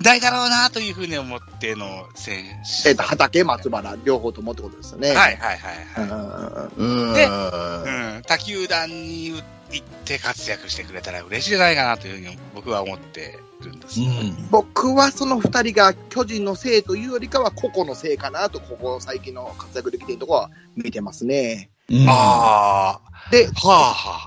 S2: ないだろうなというふうに思っての選手。
S3: えっと、畑、松原、両方ともってことですよね。
S2: はい。はいはいはい。
S4: うん。
S2: でうん、他球団に行って活躍してくれたら嬉しいじゃないかなというふうに僕は思ってるんですよ。
S3: 僕はその二人が巨人のせいというよりかは個々のせいかなと、ここ最近の活躍できているところは見てますね。
S4: うん。
S2: ああ。
S3: で、
S2: はあはあ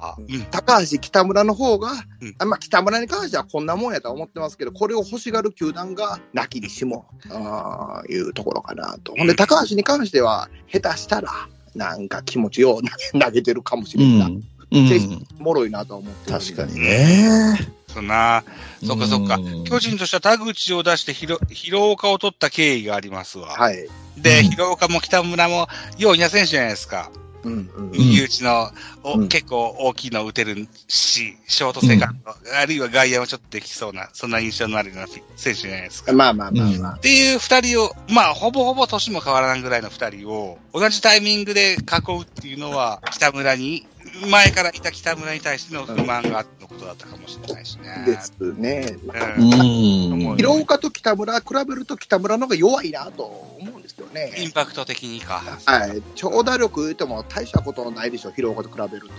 S2: はあ。うん。
S3: 高橋、北村の方が、
S2: うん
S3: あまあ、北村に関してはこんなもんやとは思ってますけど、これを欲しがる球団がなきにしも、あーいうところかなと。ほんで、高橋に関しては、下手したら、なんか気持ちを投げ投げてるかもし
S4: う
S3: れない。
S4: ん。うん。
S3: もろいなとは思ってるんで
S4: 確かにね。
S2: そんな、そっかそっか
S4: うん。
S2: 巨人としては田口を出して広、広岡を取った経緯がありますわ。
S3: はい。
S2: で、
S4: うん
S2: 広岡も北村も、ようにゃ選手じゃないですか。
S3: うんうん
S2: 右打ちの、お
S3: うん
S2: 結構大きいの打てるし、ショートセカンド、あるいは外野もちょっとできそうな、そんな印象のあるような選手じゃないですか。
S3: まあまあまあまあ。
S2: っていう二人を、まあ、ほぼほぼ年も変わらないぐらいの二人を、同じタイミングで囲うっていうのは、北村に前からいた北村に対しての不満があったことだったかもしれないしね。
S3: ですね。
S2: う
S4: うんん。
S3: 広岡と北村比べると北村の方が弱いなと思うんですよね。
S2: インパクト的にか。
S3: はい、長打力言うても大したことないでしょ、広岡と比べると。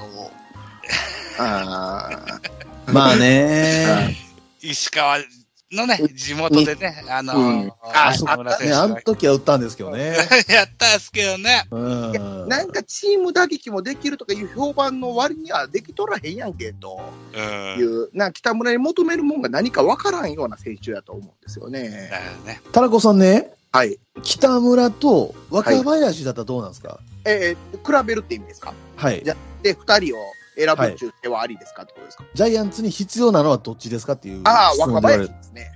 S3: あ
S4: まあね。
S2: 石川のね、地元でね、あの
S3: う
S2: ー
S3: ん、
S2: あ
S4: そ
S2: 小
S4: う
S2: 村選
S4: ね、
S2: 手
S4: あ
S2: が
S4: の時は打ったんですけどね。
S2: [laughs] やったんすけどね。
S4: うん。
S3: ーなんかチーム打撃もできるとかいう評判の割にはできとらへんやんけと
S2: うん。
S3: いう、なんか北村に求めるもんが何かわからんような選手だと思うんですよね。
S2: だよね。
S4: タラコさんね、
S3: はい、
S4: 北村と若林だったらどうなんですか
S3: えー比べるって意味ですか
S4: はい。
S3: じゃで、2人を選ぶ中手はありですかってことですか、
S4: ジャイアンツに必要なのはどっちですかっていう。
S3: ああ、若
S4: で言われ
S3: 林
S4: る。
S3: ですね。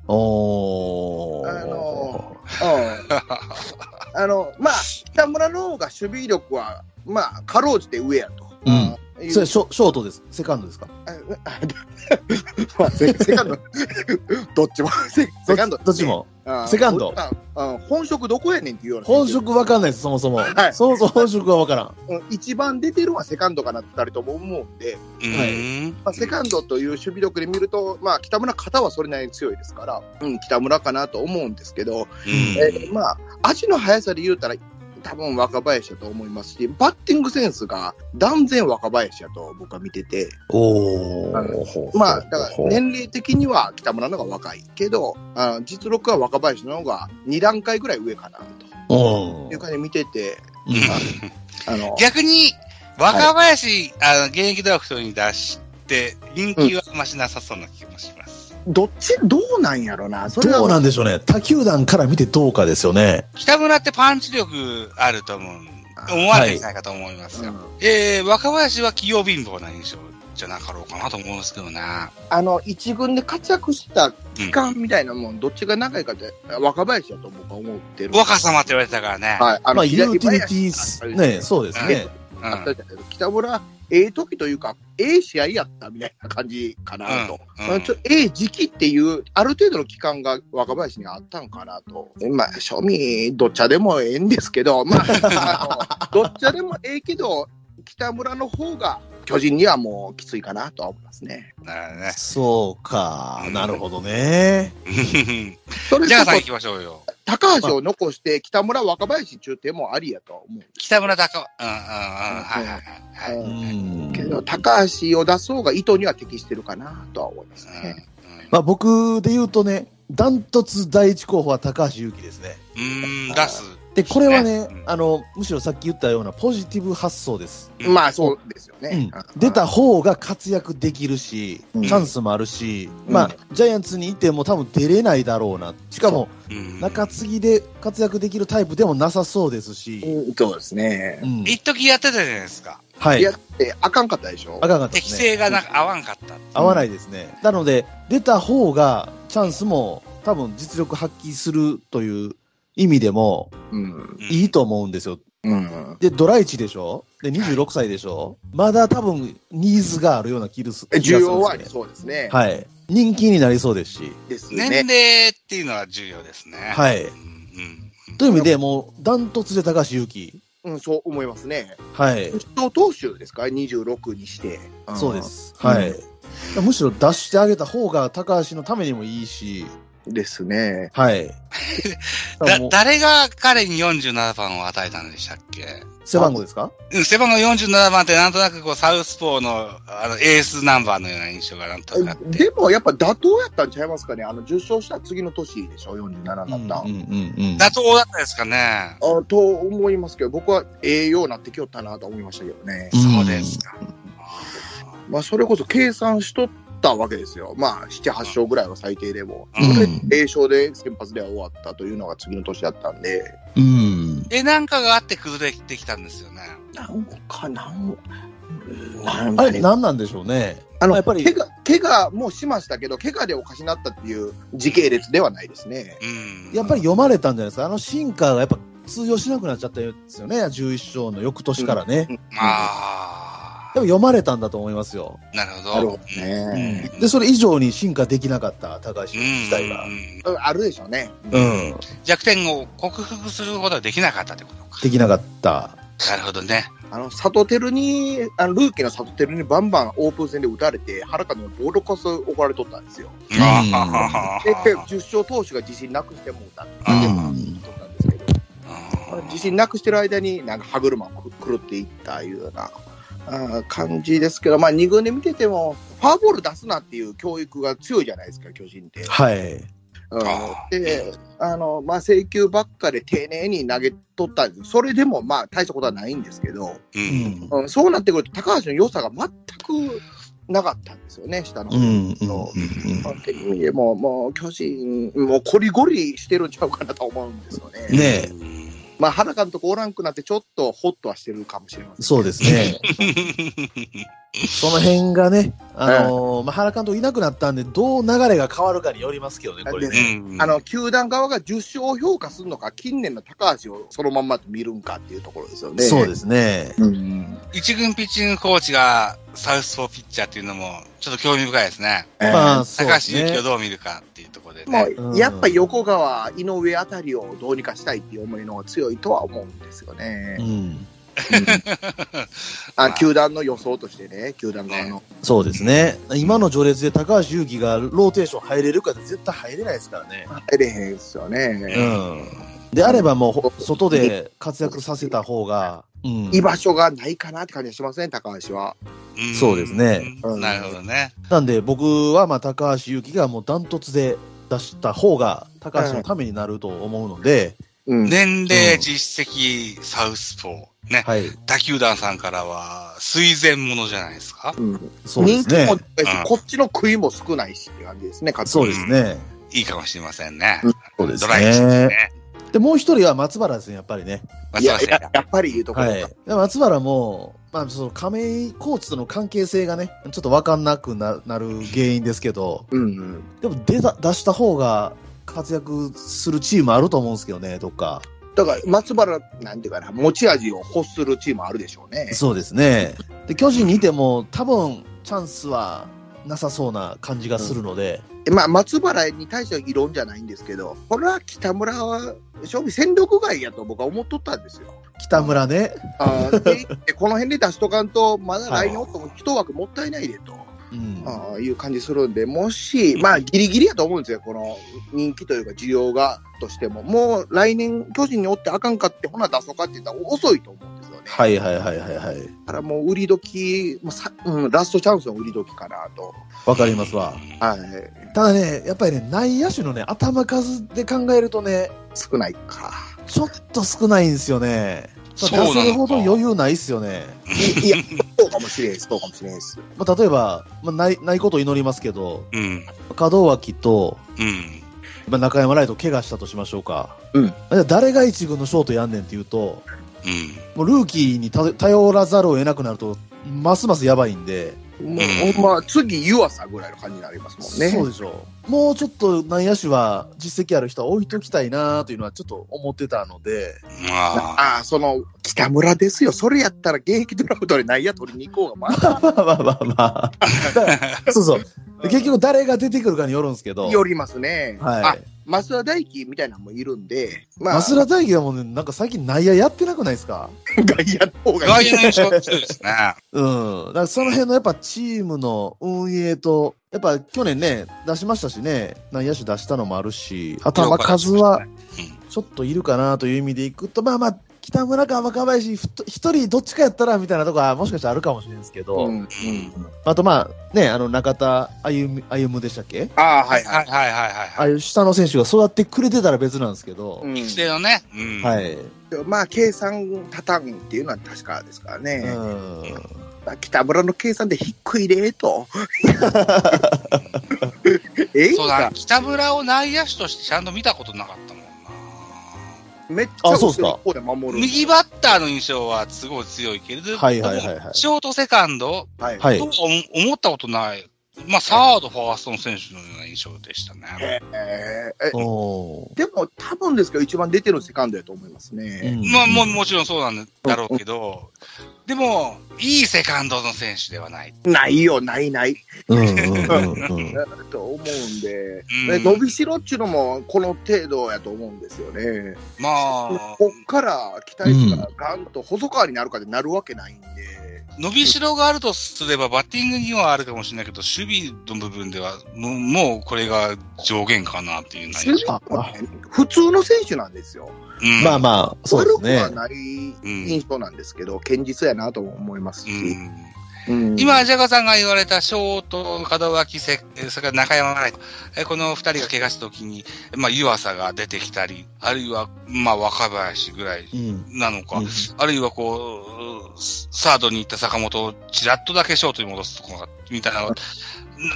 S4: おー。
S3: あのうん、あの、まあ、北村の方が守備力は、まあ、かろうじて上やと。
S4: うん
S3: いう
S4: それショショートです。セカンドですか
S3: あ [laughs] まあセセカンド、 [laughs] どっちも、セセカンド、
S4: どどっちも。
S3: あ
S4: セカンド
S3: ああ本職どこやねんっていうような、
S4: 本職わかんないです、そもそも。
S3: はい
S4: そもそも本職はわからん。
S3: うん一番出てるのはセカンドかなって2人とも思うんで、
S2: うん。
S3: まあ、セカンドという守備力で見ると、まあ、北村、肩はそれなりに強いですから、うん、北村かなと思うんですけど、
S2: うん
S3: えーまあ、足の速さで言うたら、多分若林だと思いますし、バッティングセンスが断然若林だと僕は見てて、
S4: お
S3: あ
S4: ー
S3: まあ、だから年齢的には北村の方が若いけど、あ実力は若林の方が2段階ぐらい上かなと
S4: うん
S3: いう感じで見てて、
S4: うん
S3: あの
S2: 逆に、若林、あの、現役ドラフトに出して、人気はあんましなさそうな気もします。
S3: どっち、どうなんやろな、それは
S4: どうなんでしょうね。他球団から見てどうかですよね。
S2: 北村ってパンチ力あると思う。思われてないかと思いますよ。
S3: うん
S2: えー、若林は器用貧乏な印象じゃなかろうかなと思うんですけどね。
S3: あの一軍で活躍した
S2: うん
S3: 期間みたいなもん、どっちが長いかって、若林だと僕は思ってる。
S2: 若様って言われてたからね。
S3: はい、あ
S4: まあ、ユ
S3: 左
S4: ーティリテ
S3: 林
S4: ィー、ね、そうです
S2: う
S4: ね。
S2: ん
S3: あったじゃないですか北村、ええ時というか、ええ試合やったみたいな感じかなと。
S2: うん
S3: まあちょええ時期っていう、ある程度の期間が若林にあったんかなと。まあ、庶民、どっちゃでもええんですけど、ま [laughs] あ、あのどっちゃでもええけど、北村の方が巨人にはもうきついかなとは思いますね。
S2: なるね。
S4: そうか、なるほどね。
S3: それ
S2: じゃあさ
S3: こ
S2: ん行
S3: そ
S2: きましょうよ。
S3: 高橋を残して、北村、若林中手もありやと思う。
S2: 北村高、うんうんうん、はいはいはい。
S4: う
S3: うん
S4: ん
S3: けど、高橋を出す方が意図には適してるかなとは思いますね。
S4: まあ、僕で言うとね、ダントツ第一候補は高橋優希ですね。
S2: うんうん、うん、出す。
S4: で、これはね
S2: うん、
S4: あの、むしろさっき言ったようなポジティブ発想です。
S2: うん
S3: まあ、そうですよね。
S4: うん出た方が活躍できるし、チ
S3: うん
S4: ャンスもあるし、
S3: うん
S4: まあ、ジャイアンツにいても多分出れないだろうな。しかも、
S2: うん
S4: 中継ぎで活躍できるタイプでもなさそうですし、
S3: うんそうですね
S4: う。ん
S2: 一時やってたじゃないですか。
S4: はい
S3: い。やってあかんかったでしょ。
S4: 赤かったで
S2: 適
S4: すね。
S2: 性がなんか合わんかった。
S4: 合わないですね。なので、出た方がチャンスも多分実力発揮するという意味でも
S3: うん。
S2: うん
S4: いいと思うんですよ。
S3: うん。
S4: で、ドライチでしょで、26歳でしょまだ多分ニーズがあるような気がする。
S3: 需要はあり
S4: 気がす
S3: そうですね。
S4: るんですよねはい。人気になりそうですし。
S3: です
S2: 年
S3: ね。
S2: 齢っていうのは重要ですね。い。
S4: はい。という意味で、もう、ダントツで高橋優希。
S3: うん、そう思いますね。
S4: はい。
S3: 初投手ですか ?26 にして。
S4: そうで。す。はい。むしろ出してあげた方が高橋のためにもいいし、
S3: ですね。
S4: はい。
S2: だ
S4: もう
S2: 誰が彼に47番を与えたんでしたっけ
S4: 背番号ですか
S2: うん背番号47番ってなんとなくこうサウスポーのあのエースナンバーのような印象がなんとなくあって。
S3: でもやっぱ妥当やったんちゃいますかね。あの、10勝した次の年でしょ ?47 だった。
S4: ん
S2: 妥当だったですかね。
S3: あと思いますけど、僕は栄養なってきよったなと思いましたけどね。
S4: うん
S2: そうですか。
S3: まあ、それこそ計算しとったわけですよ。まあ、7、8勝ぐらいは最低でも。
S2: うん
S3: それで栄勝で先発では終わったというのが次の年だったんで。
S4: うん。
S2: で、なんかがあって崩れてきたんですよね。
S3: なんか、なん、なん
S4: あ
S3: か
S4: れ、
S3: ね、
S4: 何なんでしょうね。
S3: あの、
S4: やっぱり
S3: 怪我、怪我もしましたけど、怪我でおかしなったっていう時系列ではないですね。
S2: うん。
S4: やっぱり読まれたんじゃないですか。あのシンカーがやっぱ通用しなくなっちゃったんですよね。11章の翌年からね。
S2: まあ
S4: でも、読まれたんだと思いますよ。
S2: なるほど。
S3: なるほどね。
S4: で、それ以上に進化できなかった高橋自体が
S2: う。ん
S3: うんあるでしょうね。
S4: うん。
S2: 弱点を克服することはできなかったってことか。
S4: できなかった。
S2: なるほどね。
S3: あの、サトテルに、あのルーキーのサトテルにバンバンオープン戦で打たれて、原川のボロこそ怒られとったんですよ。
S2: うん、あははは
S3: で、10
S2: は
S3: 勝投手が自信なくしてもうたって
S2: うん
S3: でまあ取ったんですけど、
S2: あ
S3: 自信なくしてる間になんか歯車を狂っていったいうようなあー感じですけど、まあ、2軍で見てても、フォアボール出すなっていう教育が強いじゃないですか、巨人って。
S4: はい。
S3: うん
S2: あー
S3: で、あの、まあ、請求ばっかで丁寧に投げとったんですそれでも、まあ、大したことはないんですけど、
S2: う。
S4: うんん。
S3: うん、そうなってくると、高橋の良さが全くなかったんですよね、下の方。
S4: うん。うん。うん。
S3: そう
S4: う
S3: っていう意味でもう、もう巨人、もうこりごりしてるんちゃうかなと思うんですよね。
S4: んねえ、
S3: まあ、原監督おらんくなって、ちょっとホッとはしてるかもしれません。
S4: そうですね。その辺がね、あのーまあ、原監督いなくなったんで、どう流れが変わるかによりますけどね、これ
S3: で
S4: ね。
S2: うん
S3: あの、球団側が10勝を評価するのか、近年の高橋をそのまんまと見るんかっていうところですよね。
S4: そうですね。
S3: うん。
S2: 一軍ピッチングコーチがサウスポーピッチャーっていうのも、ちょっと興味深いですね。
S4: ま
S3: まあ、
S4: あ、そう
S2: 高
S4: で
S2: 橋
S4: す
S2: 由
S4: ね
S2: 紀を。どう見るかっていうところで
S3: も
S2: ね。
S3: うやっぱ横川、井上あたりをどうにかしたいっていう思いの方が強いとは思うんですよね。
S4: うん。
S3: あ球団の予想としてね、球団側の。
S4: そうですね。今の序列で高橋優希がローテーション入れるかって絶対入れないですからね。
S3: 入れへんですよね。
S4: うん。であればもうほ、外で活躍させた方が、うん。
S3: 居場所がないかなって感じがしますね、高橋は。
S2: ん
S4: そうですね
S2: うんなるほどね。
S4: なんで僕はまあ高橋優希がもうダントツで出した方が高橋のためになると思うので、
S3: うん。
S2: 年齢、
S4: うん
S2: 実績、サウスポー。ね。
S4: はい、
S2: 他球団さんからは、垂涎ものじゃないですか。
S3: うん
S4: そうで
S3: 人
S4: す
S3: 気も
S4: ね。
S3: 高いし
S2: うん
S3: こっちの食いも少ないしって感じですね、勝
S4: そうですね。
S2: いいかもしれませんね。
S3: うん
S4: そうですね
S2: ドライチですね。
S4: で、もう一人は松原ですね、やっぱりね。
S2: まあ、
S3: い
S2: そう
S3: や、
S2: です
S3: や
S2: ね。
S3: やっぱり言うところ
S4: は
S3: が
S4: い。で松原も、まあ、その亀井コーチとの関係性がね、ちょっと分かんなくななる原因ですけど、
S3: うんうん。
S4: でも出た出した方が活躍するチームあると思うんですけどね、どっか。
S3: だから、松原、なんていうかな、持ち味を欲するチームあるでしょうね。
S4: そうですね。で、巨人にいても、多分チャンスはなさそうな感じがするので、
S3: まあ、松原に対しては異論じゃないんですけど、これは北村は、正味戦力外やと僕は思っとったんですよ。
S4: 北村ね、
S3: あ
S4: [laughs]
S3: ーでこの辺で出しとかんと、まだ来年おっても一枠もったいないでと。
S4: うん、
S3: ああいう感じするんで、もし、まあ、ギリギリやと思うんですよ、この人気というか、需要がとしても、もう来年、巨人におってあかんかって、ほな出そうかって言ったら遅いと思うんですよね。、
S4: はいいはいはいはいはい。
S3: だからもう売り時、もうさうん、ラストチャンスの売り時かなと。
S4: わかりますわ。
S3: はい、
S4: ただね、やっぱりね、内野手のね、頭数で考えるとね、
S3: 少ない
S4: [laughs]
S3: か。
S4: ちょっと少ないんですよね。出
S2: そうなのか
S4: せるほど余裕ないですよね。
S3: いいや、そうかもしれん [laughs] です、そうかもしれんです。
S4: まあ、例えば、まあ、ない、ないことを祈りますけど、
S2: うん。
S4: 門脇と、
S2: うん。
S4: まあ、中山ライト怪我したとしましょうか。
S3: うん
S4: じゃあ誰が一軍のショートやんねんっていうと、
S2: うん。
S4: もうルーキーにた頼らざるを得なくなると、ますますやばいんで、
S3: もう、ほんま、次、湯浅ぐらいの感じになりますもんね。
S4: そうでしょう。もうちょっと内野手は実績ある人は置いときたいなというのはちょっと思ってたので、
S2: まあ、
S3: ああ、その、北村ですよ。それやったら、現役ドラフトで内野取りに行こうが、まあ、
S4: まあまあまあまあ。だから [laughs] そうそう。で結局誰が出てくるかによるんですけど、
S3: よりますね。あ
S4: はい。
S3: 増田大輝みたいなのもいるんで、まあ、
S4: 増田大輝はもうね、なんか最近内野やってなくないですか
S3: 外野の方が
S2: [laughs] 外野の印象強いですね。
S4: うん。だからその辺のやっぱチームの運営と、やっぱ去年ね、出しましたしね、内野手出したのもあるし、頭数はちょっといるかなという意味でいくと、まあまあ、北村か若林、ふと一人どっちかやったらみたいなとこはもしかしたらあるかもしれないですけど、
S3: うん、うん。
S4: あとまあ、ね、あの中田歩む歩むでしたっけ
S3: ああ、
S2: は
S3: はいい
S2: は
S3: はい
S2: はい
S3: い。
S2: はい
S4: あ
S2: は
S4: あ
S2: い。
S4: いう下の選手が育ってくれてたら別なんですけど、
S3: うん
S2: 育成のね。うん。
S4: はい。
S3: まあ、計算たたんっていうのは確かですからね。
S4: うん。
S3: 北村の計算で低いでと。ええ
S2: そうだ
S3: か、
S2: 北村を内野手としてちゃんと見たことなかったもんな。
S3: めっちゃ
S4: あそうっすか
S3: 後ろの方で守る。
S2: 右バッターの印象はすごい強いけれど、
S4: はいはいはいはい
S2: ショート、セカンド
S3: はい。
S4: はい
S2: と。は思ったことないまあ、サード、ファーストの選手のような印象でしたね。
S3: えーえ
S4: おー
S3: でも、多分ですけど、一番出てるのセカンドやと思いますね。
S2: まあ、もう、もちろんそうなんだろうけど、でも、いいセカンドの選手ではない。
S3: ないよ、ないない。
S4: うんうんうんうん
S3: だと思うんで、
S2: うん
S3: ね伸びしろっちゅうのも、この程度やと思うんですよね。
S2: まあ、
S3: こっから期待値がガンと細川になるかでなるわけないんで、
S2: 伸びしろがあるとすれば、バッティングにはあるかもしれないけど、守備の部分では、もう、もうこれが上限かなっていう内容
S3: 守備もね普通の選手なんですよ。
S2: うん
S4: まあまあ、そうです
S3: 悪く
S4: ね。
S3: はない印象なんですけど、堅実やなとも思います
S2: う
S3: し。
S2: ん
S3: うん
S2: 今、ジャガさんが言われたショートの門脇せ、えそれから中山ライト、えこの二人が怪我した時に、まあ、湯浅が出てきたり、あるいは、まあ、若林ぐらい
S4: うん。
S2: なのか、
S4: うん
S2: あるいはこう、サードに行った坂本をちらっとだけショートに戻すとか、みたいなのが、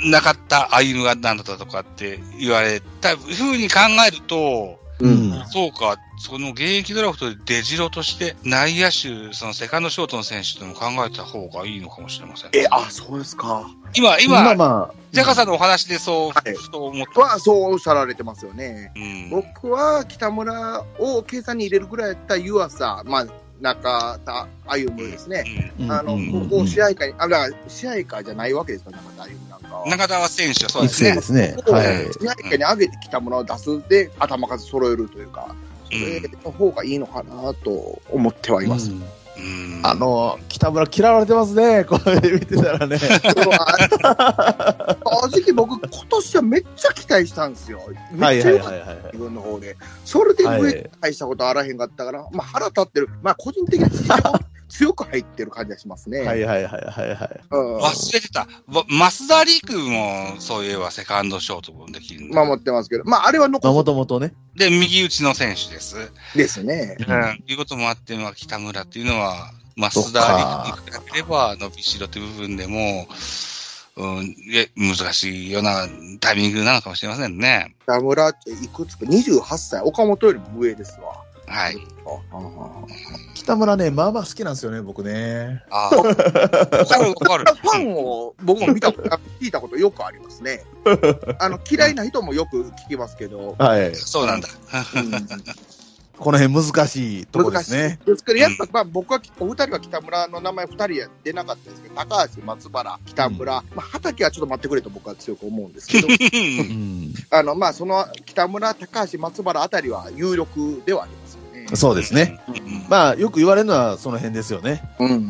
S2: ななかった歩夢がなんだったとかって言われたふうに考えると、
S4: うん
S2: そうか、その現役ドラフトで出城として内野手、そのセカンドショートの選手というのを考えた方がいいのかもしれません。
S3: え、あ、そうですか。
S2: 今、
S4: ま
S2: 今
S4: あ、まあ。
S2: ジャカさんのお話でそう、
S3: はい
S2: ふと思っ
S3: とは、
S2: た。
S3: そうおっしゃられてますよね。
S2: うん。
S3: 僕は北村を計算に入れるぐらいやったら湯浅、まあ、中田歩夢ですね。
S4: うん
S3: あの、
S4: うん
S3: 高校試合会に、あ、だから試合会じゃないわけですか、中田歩夢なんかは
S2: うん。中田選手はそう
S4: 一
S2: です
S4: 世
S2: ね
S4: で。すね。はい。
S3: 試合会に上げて北村を出すで、頭数揃えるというか、それの方がいいのかなと思ってはいます。
S4: う
S2: う
S4: ん
S2: ん
S4: あの、北村嫌われてますね。 [laughs] これ見てたら
S3: [laughs]
S4: ね。
S3: そのあ正直僕、今年はめっちゃ期待したんですよ。
S4: は
S3: め
S4: い
S3: っちゃ
S4: はい
S3: 良かった。
S4: はいはい。
S3: 自分の方で。それで
S4: は
S3: 上
S4: い、
S3: 大したことあらへんかったから、まあ腹立ってる。まあ個人的に非常に強く入ってる感じがしますね。
S4: はいはいはいはいはい。
S3: うん
S2: 忘れてた。わ増田陸も、そういえばセカンドショートもできるんだ。
S3: 守ってますけど、まああれは
S4: まあ、
S3: 残
S4: もともとね。
S2: で、右打ちの選手です。
S3: すですね。
S2: う
S4: うん
S2: ん。いうこともあって、まあ、北村っていうのは、
S4: そ
S2: 増
S4: っか
S2: 田陸に比べれば、伸びしろという部分でも、うん、いや難しいようなタイミングなのかもしれませんね。
S3: 田村っていくつか、28歳、岡本よりも上ですわ。
S2: はい。
S4: 北村ね、まあまあ好きなんですよね、僕ね。 [laughs]
S2: ああ。わかるわかる。
S3: ファンを僕も見たこと、聞いたことよくありますね。あの嫌いな人もよく聞きますけど、
S4: はい。
S2: そうなんだ。
S3: うん
S4: この辺難しいとこですね。
S3: ですけど、やっぱ、まあ、僕は、お二人は北村の名前、二人は出なかったですけど、高橋、松原、北村、まあ、畑はちょっと待ってくれと僕は強く思うんですけど、
S2: うん
S4: うん。
S3: あの、まあ、その北村、高橋、松原あたりは有力ではありますよね。
S4: そうですね。。
S2: うん
S4: まあ、よく言われるのはその辺ですよね。
S3: うんうん。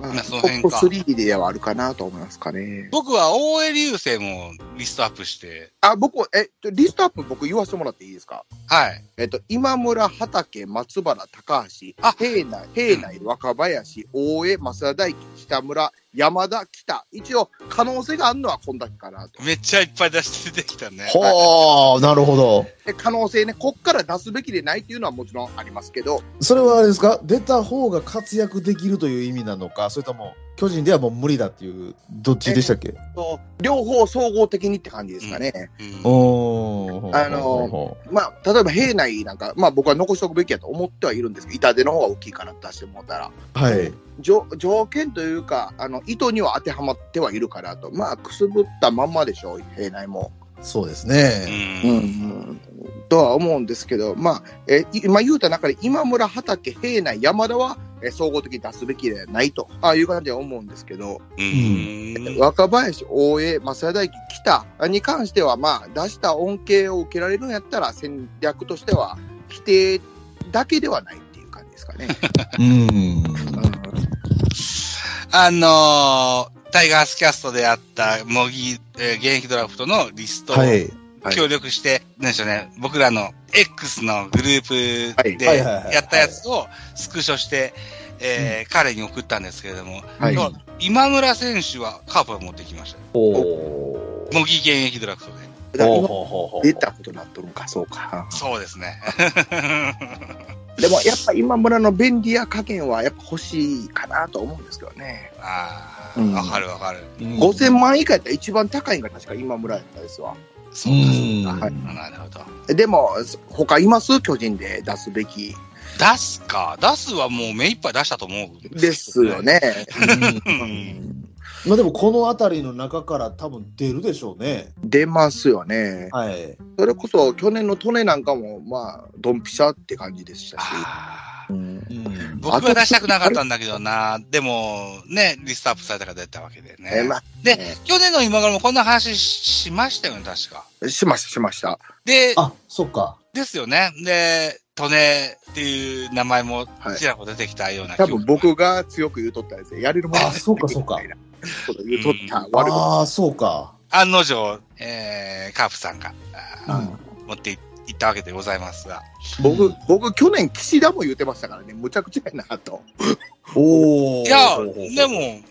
S3: まあ、
S2: まあそ
S3: ト
S2: の
S3: ッ
S2: 辺
S3: プ
S2: か
S3: 3ではあるかなと思いますかね。
S2: 僕は大江流星もリストアップして、
S3: あ、僕、え、リストアップ僕言わせてもらっていいですか
S2: はい。
S3: えっと、今村、畑、松原、高橋、
S2: あ
S3: 平内、平内、若林、大江、増田大輝、北村、山田、北。一応、可能性があるのはこんだけかなと。
S2: めっちゃいっぱい出して出てきたね。
S4: ほー、なるほど。
S3: で可能性ね、こっから出すべきでないっていうのはもちろんありますけど、
S4: それはあれですか出た方が活躍できるという意味なのか、それとも巨人ではもう無理だっていう、どっちでしたっけ
S3: そう両方総合的にって感じですかね。
S2: うん
S4: おー。
S3: あのまあ、例えば平内なんか、まあ僕は残しておくべきやと思ってはいるんですけど、痛手の方が大きいから出してもらったら。
S4: はい。
S3: 条条件というか、あの、意図には当てはまってはいるからと。まあ、くすぶったまんまでしょう、平内も。
S4: そうです
S2: う
S4: ね。
S2: ん
S3: うんうんとは思うんですけど、まあ、えーい今言うた中で、今村、畑、平内、山田は、えー総合的に出すべきではないとああいう感じでは思うんですけど、
S2: うん
S3: 若林、大江、増田大輝、北に関しては、まあ、出した恩恵を受けられるんやったら、戦略としては、否定だけではないっていう感じですかね。
S4: うん。
S2: あのータイガースキャストであった模擬、えー現役ドラフトのリストを
S4: はい。
S3: はい
S2: 協力して、なんでしょうね、僕らの X のグループで
S4: はいはいはいはい
S2: やったやつをスクショして、えー彼に送ったんですけれども、
S3: はい
S2: 要は今村選手はカープを持ってきました。
S4: おー。
S2: 模擬現役ドラフトで。
S3: だから今
S4: ほうほうほう
S3: 出たことになっとるんか、そうか。
S2: そうですね。 [laughs]
S3: でも、やっぱ今村の便利や加減は、やっぱ欲しいかなと思うんですけどね。
S2: ああ、
S3: うん
S2: わかるわかる。
S4: うん
S3: 5000万以下やったら一番高いんが確か今村やったです
S2: そう
S3: わ。
S2: かそう
S4: うん
S2: か。
S3: はい
S2: なるほど。
S3: でも、他います巨人で出すべき
S2: 出すか。出すはもう目いっぱい出したと思うん
S3: ですよ。ね。
S4: うん
S2: うん
S4: まあでもこの辺りの中から多分出るでしょうね。
S3: 出ますよね。
S4: はい。
S3: それこそ去年のトネなんかも、まあ、ドンピシャって感じでしたし。
S2: あー
S3: うん
S4: うん
S2: 僕は出したくなかったんだけどな。でも、ね、リストアップされたから出たわけでね。
S3: えまあ、
S2: で
S3: ね
S2: 去年の今頃もこんな話しましたよね、確か。
S3: しました、しました。
S2: で、
S4: あ、そっか。
S2: ですよね。で、トネっていう名前も
S3: はい
S2: ちらほら出てきたような
S3: 多
S2: 記憶
S3: 分僕が強く言うとったやつで、やれるもん
S4: あそうかそうか
S3: みたいなこと言うとった、悪いこ
S4: ああ、そうか。
S2: 案の定、えー、カープさんが、
S4: う
S2: あ
S4: ん
S2: ー持っていったわけでございますが。
S3: と僕、僕、去年、岸田も言うてましたからね、むちゃくちゃやなと。
S4: お
S2: い
S4: お。
S2: や、
S4: ほうほうほう
S2: で、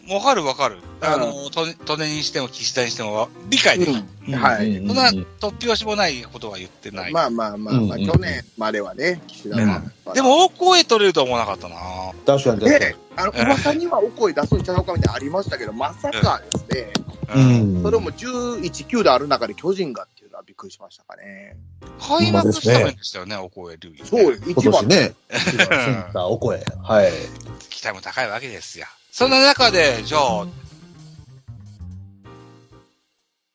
S2: も、わかるわかる。あの、トネトネにしても岸田にしても理解できる。
S4: うん
S3: はい
S4: うん
S2: そんな突拍子もないことは言ってない。
S3: まあまあまあ、まあ
S4: うんうん
S3: 去年まではね、岸田は。
S2: でも、大声取れるとは思わなかったな
S4: 確かに確か
S3: ね、あの、噂にはお声出すんちゃうかみたいなのありましたけど、まさかですね、
S4: に。うん
S3: それも11球団ある中で巨人がっていうのはびっくりしましたかね。
S2: 開幕したんでしたよね、大声ルイ。
S3: そう、
S4: 今
S3: 一
S4: 年
S3: 番。
S4: [laughs] ね、センター、お声。はい。
S2: 期待も高いわけですよ。そんな中で、じゃあ、